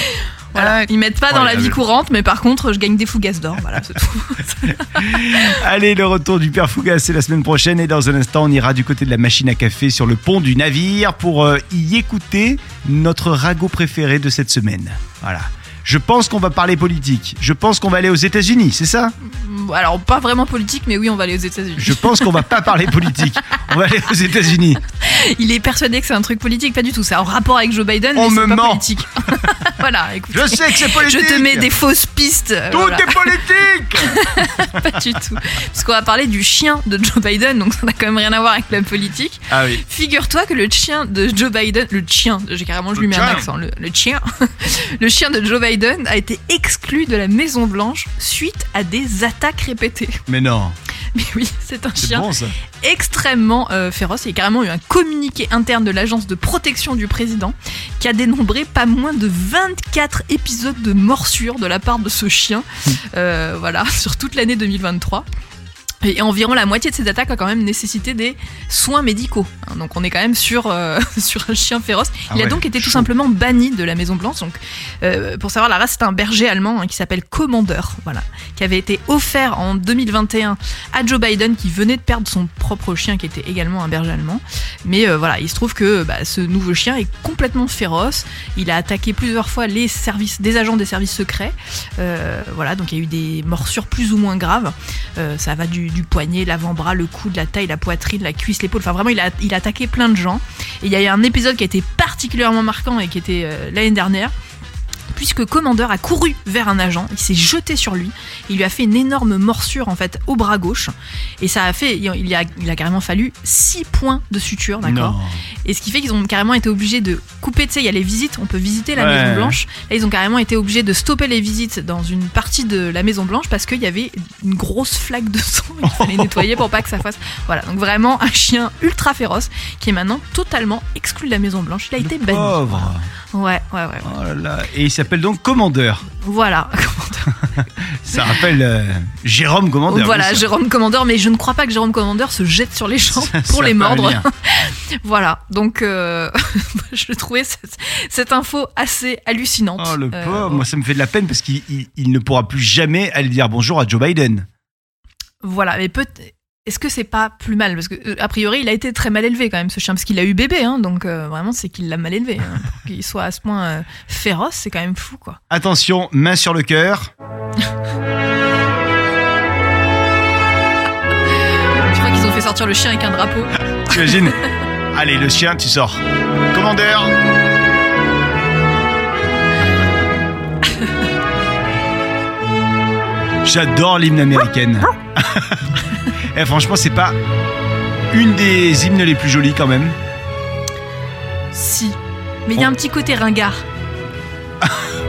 Voilà. Ils mettent pas dans la vie
Incroyable.
courante, mais par contre, je gagne des fougasses d'or. Voilà, c'est tout.
Allez, le retour du père Fougas, c'est la semaine prochaine. Et dans un instant, on ira du côté de la machine à café sur le pont du navire pour euh, y écouter notre ragot préféré de cette semaine. Voilà. Je pense qu'on va parler politique. Je pense qu'on va aller aux États-Unis, c'est ça
*laughs* Alors, pas vraiment politique, mais oui, on va aller aux États-Unis.
Je pense qu'on va pas parler politique. On va aller aux États-Unis.
Il est persuadé que c'est un truc politique, pas du tout. C'est en rapport avec Joe Biden,
On me
mais c'est pas
ment.
politique. *laughs* voilà, écoute.
Je sais que c'est politique.
Je te mets des fausses pistes. euh,
Tout
voilà,
est politique.
pas du tout. Parce qu'on va parler du chien de Joe Biden, donc ça n'a quand même rien à voir avec la politique.
Ah oui.
Figure-toi que le chien de Joe Biden, le chien, j'ai carrément, je
Le
lui mets un
chien.
accent, le, le chien, *laughs* le chien de Joe Biden a été exclu de la Maison Blanche suite à des attaques répétées.
Mais non,
*laughs* Mais oui, c'est un
c'est
chien
bon ça.
extrêmement euh, féroce. Il y a carrément eu un communiqué interne de l'agence de protection du président qui a dénombré pas moins de 24 épisodes de morsures de la part de ce chien,
Hmm.
euh, voilà, *laughs* sur toute l'année 2023. Et environ la moitié de ces attaques a quand même nécessité des soins médicaux. hein. Donc on est quand même sur, euh, *laughs* sur un chien féroce.
Ah
Il a
ouais,
donc été tout
chaud.
simplement banni de la Maison Blanche. Donc, euh, pour savoir la race, c'est un berger allemand hein, qui s'appelle Commander, voilà, qui avait été offert en 2021 à Joe Biden qui venait de perdre son propre chien qui était également un berger allemand. Mais euh, voilà, il se trouve que bah, ce nouveau chien est complètement féroce. Il a attaqué plusieurs fois les services, des agents des services secrets. Euh, voilà, donc il y a eu des morsures plus ou moins graves. Euh, ça va du, du poignet, l'avant-bras, le cou, de la taille, la poitrine, la cuisse, l'épaule. Enfin, vraiment, il a, il a attaqué plein de gens. Et il y a eu un épisode qui a été particulièrement marquant et qui était euh, l'année dernière. Puisque Commander a couru vers un agent, il s'est jeté sur lui, il lui a fait une énorme morsure en fait au bras gauche, et ça a fait, il y a, il a carrément fallu 6 points de suture, d'accord
Non.
et ce qui fait qu'ils ont carrément été obligés de couper, tu sais, il y a les visites, on peut visiter la
Ouais.
Maison Blanche. Là, ils ont carrément été obligés de stopper les visites dans une partie de la Maison Blanche parce qu'il y avait une grosse flaque de sang.
*laughs*
Il fallait nettoyer pour pas que ça fasse. Voilà, donc vraiment un chien ultra féroce qui est maintenant totalement exclu de la Maison Blanche. Il a été banni.
Pauvre.
Ouais, ouais, ouais.
Oh là là. Et il s'appelle donc Commandeur.
Voilà.
Ça rappelle euh, Jérôme Commandeur.
voilà,
oui, ça.
Jérôme Commandeur, mais je ne crois pas que Jérôme Commandeur se jette sur les gens
*laughs* Ça-
pour
ça
les
fait un
mordre.
lien.
*laughs* Voilà, donc euh, *laughs* je trouvais cette, cette info assez hallucinante.
Oh le
Euh,
pauvre, moi ça me fait de la peine parce qu'il il- il ne pourra plus jamais aller dire bonjour à Joe Biden.
Voilà, mais peut est-ce que c'est pas plus mal Parce que euh, a priori, il a été très mal élevé quand même ce chien, parce qu'il a eu bébé, hein, donc euh, vraiment c'est qu'il l'a mal élevé.
*laughs*
hein. Pour qu'il soit à ce point euh, féroce, c'est quand même fou, quoi.
Attention, main sur le cœur.
Je crois qu'ils ont fait sortir le chien avec un drapeau.
T'imagines Allez, le chien, tu sors. Commandeur J'adore l'hymne américaine. *laughs* Eh, franchement, c'est pas une des hymnes les plus jolies quand même.
Si, mais il y a un petit côté ringard.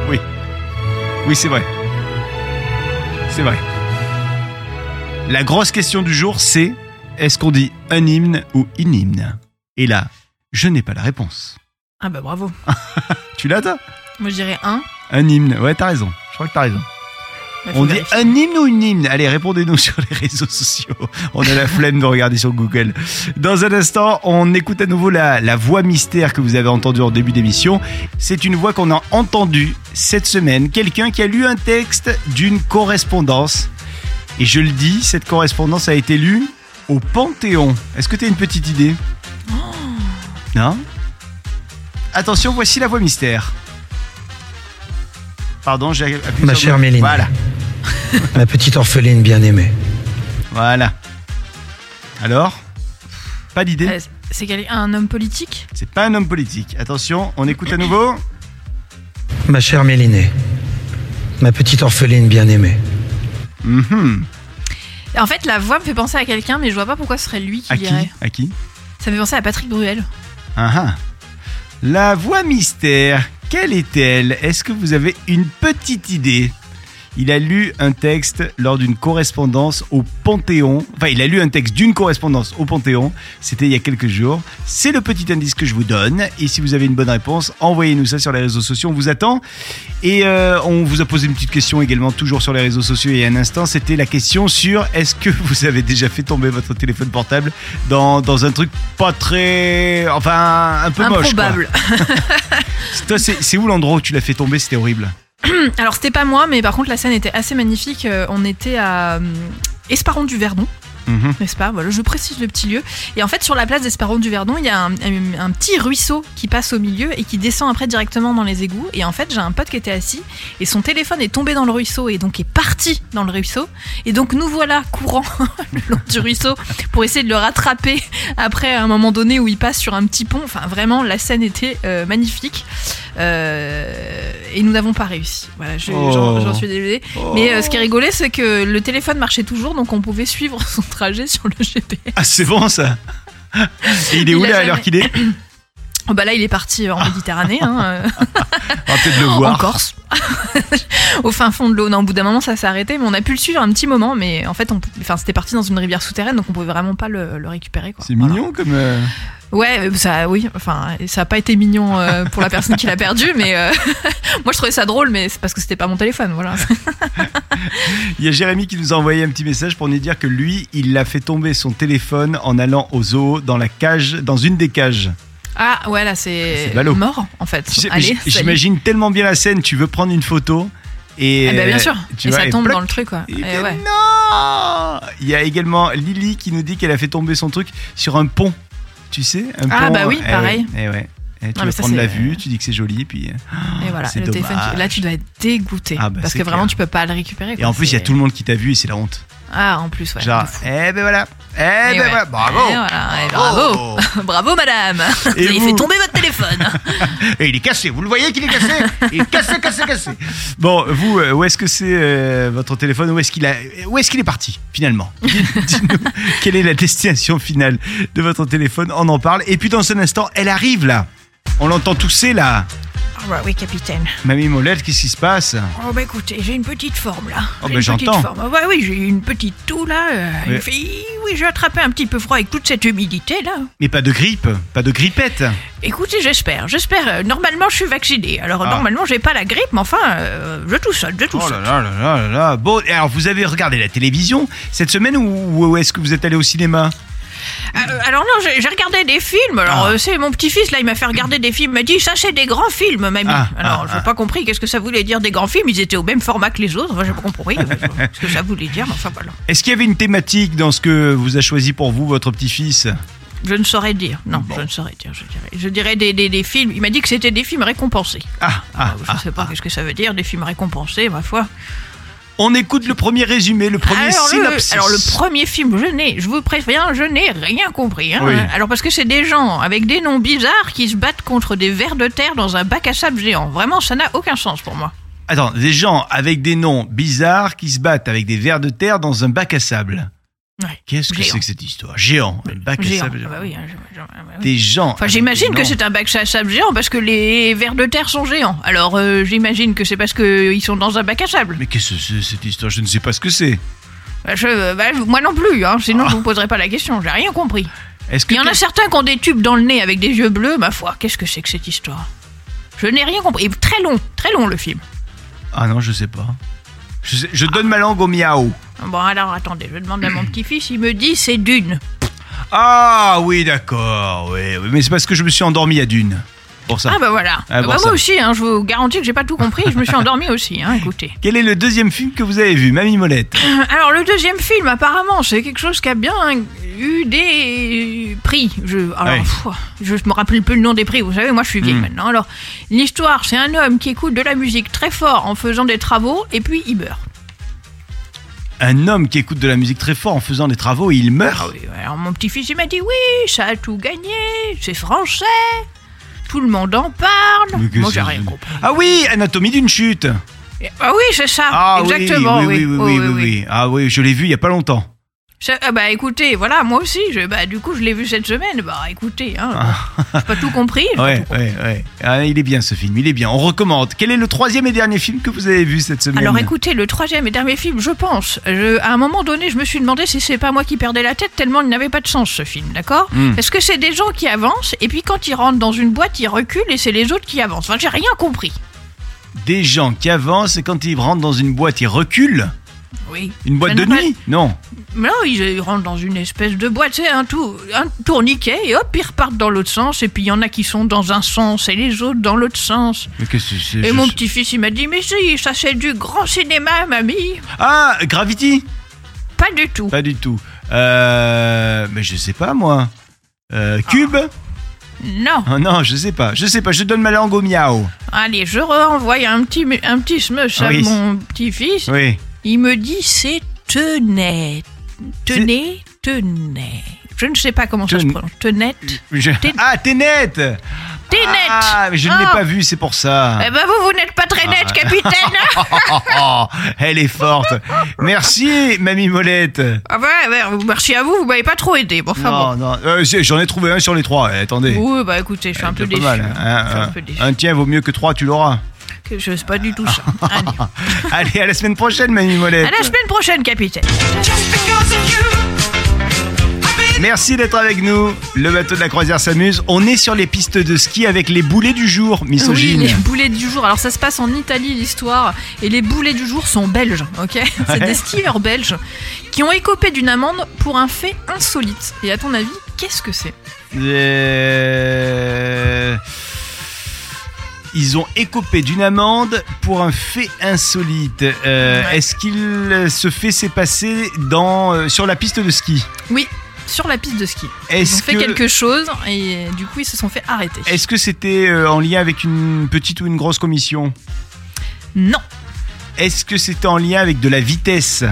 Oui, c'est vrai. C'est vrai. La grosse question du jour, c'est est-ce qu'on dit un hymne ou une hymne Et là, je n'ai pas la réponse.
Ah bah bravo.
Tu l'as, toi
Moi je dirais un.
Un hymne. Ouais, t'as raison. Je crois que t'as raison.
Bah, faut
On dit
vérifier.
un hymne ou une hymne Allez, répondez-nous *laughs* sur les réseaux sociaux. On a la flemme de regarder sur Google. Dans un instant, on écoute à nouveau la, la voix mystère que vous avez entendue en début d'émission. C'est une voix qu'on a entendue cette semaine. Quelqu'un qui a lu un texte d'une correspondance. Et je le dis, cette correspondance a été lue au Panthéon. Est-ce que tu as une petite idée Non Attention, voici la voix mystère. Pardon, j'ai appuyé
Ma
sur-
chère Méline.
Voilà.
Ma petite orpheline bien aimée.
Voilà. Alors Pas d'idée
Euh, C'est quel- un homme politique
C'est pas un homme politique. Attention, on écoute à nouveau.
Ma chère Mélinée, ma petite orpheline bien-aimée.
Mhm.
En fait, la voix me fait penser à quelqu'un, mais je vois pas pourquoi ce serait lui qui
À qui
dirait.
À qui
Ça me fait penser à Patrick Bruel.
Ah ah. La voix mystère, quelle est-elle Est-ce que vous avez une petite idée Il a lu un texte lors d'une correspondance au Panthéon. Enfin, il a lu un texte d'une correspondance au Panthéon. C'était il y a quelques jours. C'est le petit indice que je vous donne. Et si vous avez une bonne réponse, envoyez-nous ça sur les réseaux sociaux. On vous attend. Et euh, on vous a posé une petite question également, toujours sur les réseaux sociaux il y a un instant. C'était la question sur est-ce que *laughs* vous avez déjà fait tomber votre téléphone portable dans, dans un truc pas très. Enfin, un peu moche. quoi.
Improbable. *clears throat*
Toi, c'est c'est où l'endroit où tu l'as fait tomber C'était horrible.
Alors, c'était pas moi, mais par contre, la scène était assez magnifique. Euh, On était à hum, Esparron du Verdon,
Mhm.
n'est-ce pas Voilà, je précise le petit lieu. Et en fait, sur la place d'Esparron du Verdon, il y a un, un- un petit ruisseau qui passe au milieu et qui descend après directement dans les égouts. Et en fait, j'ai un pote qui était assis et son téléphone est tombé dans le ruisseau et donc est parti dans le ruisseau. Et donc, nous voilà courant *laughs* le long du ruisseau pour essayer de le rattraper après à un moment donné où il passe sur un petit pont. Enfin, vraiment, la scène était euh, magnifique. Euh, et nous n'avons pas réussi. Voilà, je-
Oh.
j'en j'en suis désolée. Mais euh, ce qui est rigolé, c'est que le téléphone marchait toujours, donc on pouvait suivre *laughs* son trajet sur le GPS.
Ah, c'est bon ça Et il est
Il
où
a
là à
jamais-
l'heure qu'il est
Oh, bah là, il est parti
Ah.
en Méditerranée, hein, euh,
On va peut-être le
en
voir.
Corse, *laughs* au fin fond de l'eau. Non, au bout d'un moment, ça s'est arrêté, mais on a pu le suivre un petit moment. Mais en fait, on, enfin, c'était parti dans une rivière souterraine, donc on pouvait vraiment pas le, le récupérer. quoi.
C'est
Voilà.
mignon comme. euh,
Ouais, euh, ça, oui. Enfin, ça a pas été mignon euh, pour la personne qui l'a perdu, *laughs* mais euh, moi, je trouvais ça drôle, mais c'est parce que c'était pas mon téléphone,
*laughs*
voilà.
Il y a Jérémy qui nous a envoyé un petit message pour nous dire que lui, il a fait tomber son téléphone en allant au zoo dans la cage, dans une des cages.
Ah ouais, là
C'est
c'est
ballot.
mort en fait.
Tu sais,
Allez,
j-
salut.
J'imagine tellement bien la scène. Tu veux prendre une photo et
Ah bah, bien
euh,
sûr.
tu
Et
vois,
ça tombe
plac,
dans le truc quoi.
et
Et
bien,
Eh ouais.
Eh ben Non Il y a également Lily qui nous dit qu'elle a fait tomber son truc sur un pont. Tu sais, un
Ah,
pont,
bah oui,
eh
pareil.
ouais, eh ouais. Eh, tu
Ah,
veux
mais ça,
prendre la
c'est-
vue, tu dis que c'est joli, puis. euh,
Et voilà.
Ah, c'est
Le téléphone.
dommage.
tu- Là tu dois être dégoûté
Ah bah,
parce que
c'est
vraiment
clair.
tu peux pas le récupérer.
Et
quoi.
en plus, il y a
C'est-
tout le monde qui t'a vu et c'est la honte.
Ah en plus ouais.
Genre,
de fou.
eh ben voilà, eh
Et
ben
ouais.
voilà, bravo.
Et voilà, et bravo.
Oh.
*laughs* Bravo madame.
Et
vous avez
vous
fait tomber votre
*laughs*
téléphone.
Ah
Et il est cassé, vous le voyez qu'il est cassé Il est cassé, cassé, cassé Bon, vous, euh, où est-ce que c'est euh, votre téléphone Où est-ce qu'il a... où est, qu'il est parti,
*laughs*
finalement Dites-nous quelle est la destination finale de votre téléphone, on en parle. Et puis dans un instant, elle arrive là on l'entend tousser là.
Ah bah oui, capitaine.
Mamie Molette, qu'est-ce qui se passe
Oh bah écoutez, j'ai une petite forme là.
Oh,
J'ai
bah,
une petite
j'entends.
forme. Ah bah oui, j'ai eu une petite toux là. euh,
Mais-
il fait- Oui, j'ai attrapé un petit peu froid avec toute cette humidité là.
Mais pas de grippe, pas de grippette.
Écoutez, j'espère, j'espère. euh, normalement, je suis vaccinée. Alors
Ah.
normalement, j'ai pas la grippe, mais enfin, euh, je tousse, je tousse.
Oh là là là là là là. Bon, et alors vous avez regardé la télévision cette semaine ou, ou est-ce que vous êtes allé au cinéma
Euh, alors non, j'ai- j'ai regardé des films. Alors
Ah.
euh, c'est mon petit-fils là, il m'a fait regarder des films. Il m'a dit ça c'est des grands films, mamie.
Ah,
alors
ah,
j'ai
ah.
pas compris qu'est-ce que ça voulait dire des grands films. Ils étaient au même format que les autres. Enfin, j'ai pas compris euh, ce que ça voulait dire. mais Enfin voilà,
Est-ce qu'il y avait une thématique dans ce que vous a choisi pour vous votre petit-fils
je ne saurais dire. Non,
Bon.
je ne saurais dire. Je dirais, je dirais des, des- des films. Il m'a dit que c'était des films récompensés.
Ah, ah,
Alors, je
ah.
sais pas qu'est-ce que ça veut dire des films récompensés, ma foi.
On écoute le premier résumé, le premier
Ah, alors,
synopsis.
Le, alors, le premier film, je n'ai, je vous préviens, je n'ai rien compris. hein.
Oui.
Alors parce que c'est des gens avec des noms bizarres qui se battent contre des vers de terre dans un bac à sable géant. Vraiment, ça n'a aucun sens pour moi.
Attends, des gens avec des noms bizarres qui se battent avec des vers de terre dans un bac à sable.
Ouais.
Qu'est-ce que
Géant.
c'est que cette histoire Géant, un bac à
Géant.
sable.
Ah bah oui, hein, je- je- ah bah oui.
Des gens.
Enfin,
avec
j'imagine
des
que
noms-
c'est un bac à sable géant parce que les vers de terre sont géants. Alors, euh, j'imagine que c'est parce qu'ils sont dans un bac à sable.
Mais qu'est-ce que c'est cette histoire Je ne sais pas ce que c'est.
Bah, je- bah, moi non plus, hein, sinon
Ah.
je vous poserai pas la question, j'ai rien compris.
Est-ce que
Il y en
t'as-
a certains qui ont des tubes dans le nez avec des yeux bleus, ma foi, qu'est-ce que c'est que cette histoire Je n'ai rien compris. Et Très long, très long le film.
Ah non, je sais pas. Je, sais- je donne ma langue au miaou.
Bon, alors attendez, je demande à
*clears throat*
mon petit-fils, il me dit c'est d'une.
Ah oui, d'accord. Oui, oui, mais c'est parce que je me suis endormi à Dune. Pour ça.
Ah bah voilà.
Ah,
Ah
bon,
bah,
ça.
moi aussi, hein, je vous garantis que j'ai pas tout compris, je me suis
*laughs*
endormie aussi, hein, écoutez. *clears throat*
Quel est le deuxième film que vous avez vu, Mamie Molette
Alors le deuxième film, apparemment, c'est quelque chose qui a bien eu des prix. Je, alors,
Ah Oui.
pff, je me rappelle plus le nom des prix. Vous savez, moi, je suis vieille
Mm.
maintenant. Alors, l'histoire, c'est un homme qui écoute de la musique très fort en faisant des travaux, et puis il meurt.
un homme qui écoute de la musique très fort en faisant des travaux et il meurt.
Ah Oui, alors mon petit-fils, il m'a dit oui, ça a tout gagné, c'est français, tout le monde en parle.
Mais que
Moi,
c'est-
j'ai rien compris.
Ah oui, anatomie d'une chute.
Et- Ah oui, c'est ça,
Ah oui,
exactement.
oui, oui, oui,
Oh,
oui, oui, oui. Ah oui, je l'ai vu il y a pas *laughs* longtemps.
Ça- ah bah écoutez, voilà, moi aussi, je- bah, du coup, je l'ai vu cette semaine. Bah écoutez, hein, j'ai pas tout compris. j'ai pas
Ah. *laughs* Ouais,
tout compris.
ouais, ouais. Ah, il est bien ce film, il est bien. On recommande. Quel est le troisième et dernier film que vous avez vu cette semaine
Alors écoutez, le troisième et dernier film, je pense, je- à un moment donné, je me suis demandé si c'est pas moi qui perdais la tête tellement il n'avait pas de sens ce film, d'accord
Hmm.
Parce que c'est des gens qui avancent et puis quand ils rentrent dans une boîte, ils reculent et c'est les autres qui avancent. Enfin, j'ai rien compris.
Des gens qui avancent et quand ils rentrent dans une boîte, ils reculent.
Oui.
Une boîte
Ça
de
n'a pas-
nuit Non.
Mais là, ils ils rentrent dans une espèce de boîte, c'est un, tou- un tourniquet et hop, ils repartent dans l'autre sens et puis il y en a qui sont dans un sens et les autres dans l'autre sens.
Mais qu'est-ce que c'est
Et
je-
mon petit-fils, il m'a dit Mais si, ça c'est du grand cinéma, mamie
Ah, Gravity
Pas du tout.
Pas du tout. Euh, mais je sais pas moi. Euh, Cube
Non.
Ah Non, je sais pas. Je sais pas. Je donne ma langue au miao.
Allez, je renvoie un petit, un petit smush à
Ah Oui.
mon petit-fils.
Oui.
Il me dit C'est tenez. Tenez, tenez. Je ne sais pas comment ça se
Ten-
prononce. Tenette.
Je-
T'es-
Ah, t'es nette
T'es nette
Ah, mais je ne l'ai
Ah.
pas vu, Ah. c'est pour ça.
Eh ben vous, vous n'êtes pas très nette,
*laughs*
capitaine
Oh, elle est forte. Merci, mamie Molette.
Ah ouais, ouais, merci à vous, vous m'avez pas trop aidé. Bon, enfin bon.
non, non. Euh, si, J'en ai trouvé un sur les trois. Eh, attendez.
Oui, bah écoutez, je suis un peu
C'est
déçu.
pas mal, hein.
Je suis
Un,
un peu déçu.
un tien vaut mieux que trois, tu
*laughs*
l'auras.
Que Je sais pas du tout ça.
*laughs*
Allez.
Allez, à la semaine prochaine, mamie Molette.
À la semaine prochaine, capitaine.
Merci d'être avec nous. Le bateau de la croisière s'amuse. On est sur les pistes de ski avec les boulets du jour, misogyne.
Oui, les boulets du jour. Alors ça se passe en Italie l'histoire et les boulets du jour sont belges, ok C'est des skieurs belges qui ont écopé d'une amende pour un fait insolite. Et à ton avis, qu'est-ce que c'est
Euh, Ils ont écopé d'une amende pour un fait insolite. Euh,
Ouais.
Est-ce qu'il se fait s'est passé dans, euh, sur la piste de ski
Oui, sur la piste de ski. Ils ont
Est-ce
fait
que
quelque chose et du coup ils se sont fait arrêter.
est-ce que c'était euh, en lien avec une petite ou une grosse commission
Non.
Est-ce que c'était en lien avec de la vitesse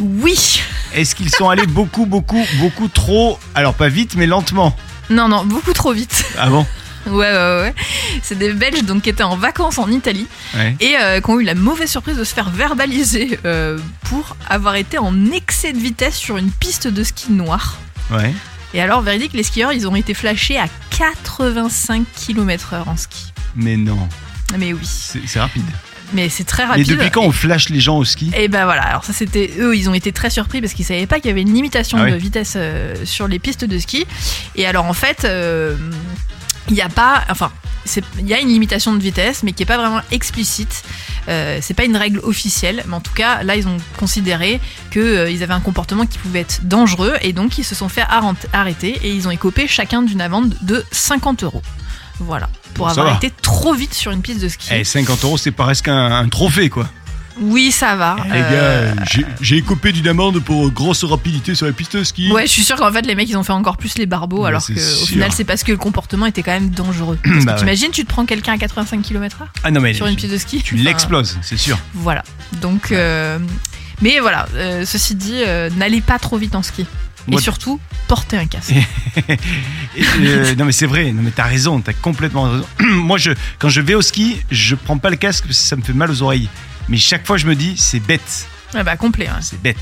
Oui.
Est-ce qu'ils sont allés *laughs* beaucoup, beaucoup, beaucoup trop Alors pas vite, mais lentement.
Non, non, beaucoup trop vite.
Ah bon
Ouais, ouais, ouais. C'est des Belges donc qui étaient en vacances en Italie
Ouais.
et euh, qui ont eu la mauvaise surprise de se faire verbaliser euh, pour avoir été en excès de vitesse sur une piste de ski noire.
Ouais.
Et alors, véridique, les skieurs, ils ont été flashés à 85 km/h en ski.
Mais non,
Mais oui,
c'est c'est rapide.
mais c'est très
Mais
rapide.
depuis quand on flash les gens au ski
Et ben voilà, alors ça c'était eux, ils ont été très surpris parce qu'ils savaient pas qu'il y avait une limitation
Ah oui.
de vitesse euh, sur les pistes de ski. Et alors en fait, euh, il n'y a pas, enfin, c'est- il y a une limitation de vitesse, mais qui est pas vraiment explicite. Euh, c'est pas une règle officielle, mais en tout cas là ils ont considéré que euh, ils avaient un comportement qui pouvait être dangereux et donc ils se sont fait arren- arrêter et ils ont écopé chacun d'une amende de 50 euros. Voilà, pour
Bon, ça
avoir
va.
été trop vite sur une piste de ski.
Eh, 50 euros, c'est presque un, un trophée, quoi.
Oui, ça va.
eh, Les
Euh,
gars, j'ai- j'ai coupé d'une amende pour grosse rapidité sur la piste de ski.
Ouais, je suis sûr qu'en fait les mecs ils ont fait encore plus les barbeaux
Ouais,
alors
c'est
que
sûr.
au final c'est parce que le comportement était quand même dangereux. Parce que
Bah ouais.
T'imagines, tu te prends quelqu'un à 85 km/h
Ah non, mais
sur une piste de ski
tu
Enfin,
l'exploses, c'est sûr.
Voilà. Donc, euh, mais voilà. euh, ceci dit, euh, n'allez pas trop vite en ski. Et
Moi-
surtout, portez un casque.
Et, euh, non, mais c'est vrai, non, mais t'as raison, t'as complètement raison. *clears throat* Moi, je, quand je vais au ski, je prends pas le casque parce que ça me fait mal aux oreilles. Mais chaque fois, je me dis, c'est bête,
Ouais, bah complet. ouais.
c'est bête,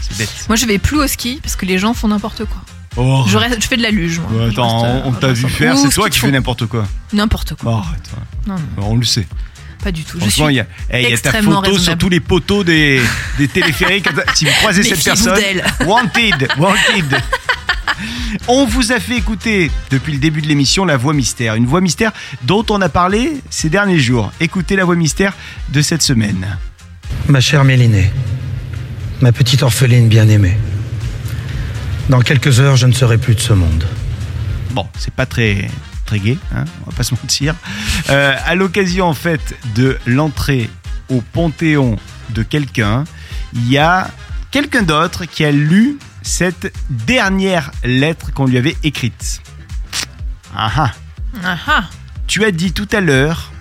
c'est bête.
Moi je vais plus au ski parce que les gens font n'importe quoi.
Oh,
Je, reste- je fais de la luge. moi.
Ouais,
Je
Oh, attends,
reste, euh,
on t'a vu
ensemble.
faire,
Ou
c'est
ce
toi
qu'ils
qui
font.
fais n'importe quoi.
N'importe quoi.
Oh, arrête, ouais.
Non, non,
on le sait.
pas du tout. Je suis
Franchement, il y a, eh, il y a ta
extrêmement
photo sur
raisonnable.
tous les poteaux des, des *laughs* téléphériques. si vous croisez cette
Méfiez-vous
personne,
d'elle.
wanted, wanted. On vous a fait écouter depuis le début de l'émission La Voix Mystère, une voix mystère dont on a parlé ces derniers jours. Écoutez La Voix Mystère de cette semaine.
Ma chère Mélinée, ma petite orpheline bien-aimée, dans quelques heures, je ne serai plus de ce monde.
Bon, c'est pas très très gai, hein, on va pas se mentir. Euh, à l'occasion en fait de l'entrée au Panthéon de quelqu'un, il y a quelqu'un d'autre qui a lu cette dernière lettre qu'on lui avait écrite. Ah ah.
Ah ah.
Tu as dit tout à l'heure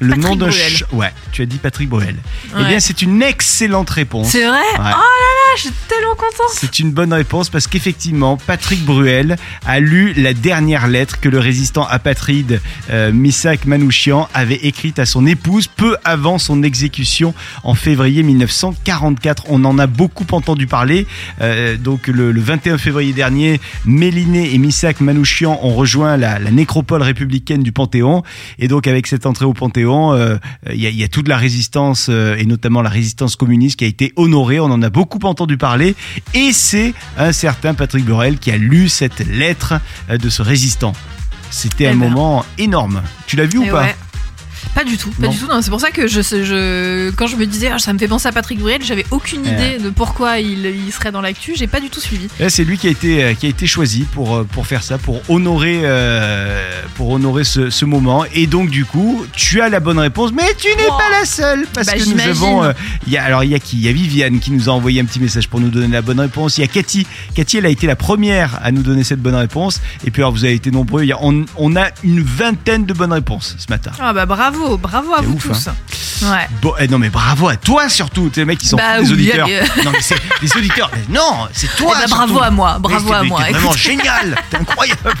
le
Patrick
nom d'un
Bruel.
ch- Ouais, tu as dit Patrick Bruel. Eh
Ouais.
bien, c'est une excellente réponse.
C'est vrai Oh là là, je suis tellement contente
C'est une bonne réponse parce qu'effectivement, Patrick Bruel a lu la dernière lettre que le résistant apatride euh, Misak Manouchian avait écrite à son épouse peu avant son exécution en février 1944. On en a beaucoup entendu parler. Euh, donc le, le 21 février dernier, Méliné et Misak Manouchian ont rejoint la, la nécropole républicaine du Panthéon. Et donc avec cette entrée au Panthéon, euh, il y, a- il y a toute la résistance euh, et notamment la résistance communiste qui a été honorée. On en a beaucoup entendu parler. Et c'est un certain Patrick Burel qui a lu cette lettre euh, de ce résistant. C'était
Eh
un
ben.
moment énorme. Tu l'as vu
Eh
ou pas
ouais. Pas du tout, pas
Non.
du tout. Non, c'est pour ça que je, je, quand je me disais, Ah, ça me fait penser à Patrick Bruel, j'avais aucune
Eh.
idée de pourquoi il, il serait dans l'actu. J'ai pas du tout suivi.
Là, c'est lui qui a été euh, qui a été choisi pour euh, pour faire ça, pour honorer euh, pour honorer ce, ce moment. Et donc du coup, tu as la bonne réponse, mais tu n'es
Wow.
pas la seule parce
Bah,
que nous
j'imagine.
avons. euh, Il y a alors il y a qui Il y a Viviane qui nous a envoyé un petit message pour nous donner la bonne réponse. Il y a Cathy. Cathy, elle a été la première à nous donner cette bonne réponse. Et puis alors vous avez été nombreux. Il y a- on, on a une vingtaine de bonnes réponses ce matin.
Ah bah bravo, bravo à
C'est
vous
ouf, hein.
tous. Ouais.
Bon, eh non mais bravo à toi surtout. T'es les mecs qui sont
Bah
des
oui,
auditeurs.
allez,
Non mais c'est des auditeurs. Mais Non, c'est toi.
Eh bah,
surtout.
bravo à moi,
Mais
bravo
t'es-
à
mais
moi.
T'es vraiment
Écoute,
génial, t'es
*laughs*
incroyable.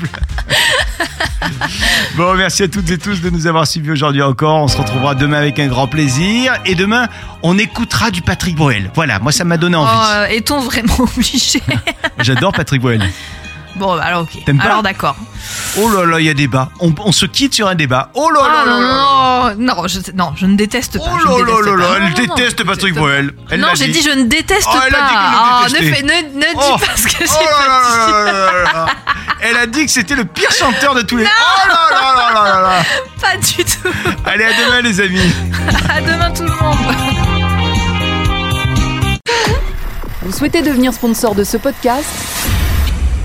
bon, merci à toutes et tous de nous avoir suivis aujourd'hui encore. On se retrouvera demain avec un grand plaisir. Et demain, on écoutera du Patrick Boel. Voilà, moi ça m'a donné
oh,
envie.
euh, Est-on vraiment *laughs* obligé
*laughs* J'adore Patrick Boel.
Bon, bah, alors ok.
T'aimes pas
Alors d'accord.
Oh là là, il y a débat. On, on se quitte sur un débat. Oh là
Ah
là
non,
là là.
non, non, non, je, non, je ne déteste pas.
Oh
je
là
ne
là
déteste
là
pas.
là,
Non, non,
elle
non,
déteste
je
Patrick
déteste
Boel. Elle
non,
l'a
j'ai
dit.
dit je ne déteste
Oh,
pas.
elle a dit qu'elle le
Ah, ne,
détestait.
fais- ne, ne
Oh.
dis pas ce que j'ai
Oh là
pas dit.
là là là là là. Elle a dit que c'était le pire chanteur de tous les. Oh là là là là là là.
Pas du tout. *laughs*
Allez, à demain, les amis.
À demain tout le monde.
Vous souhaitez devenir sponsor de ce podcast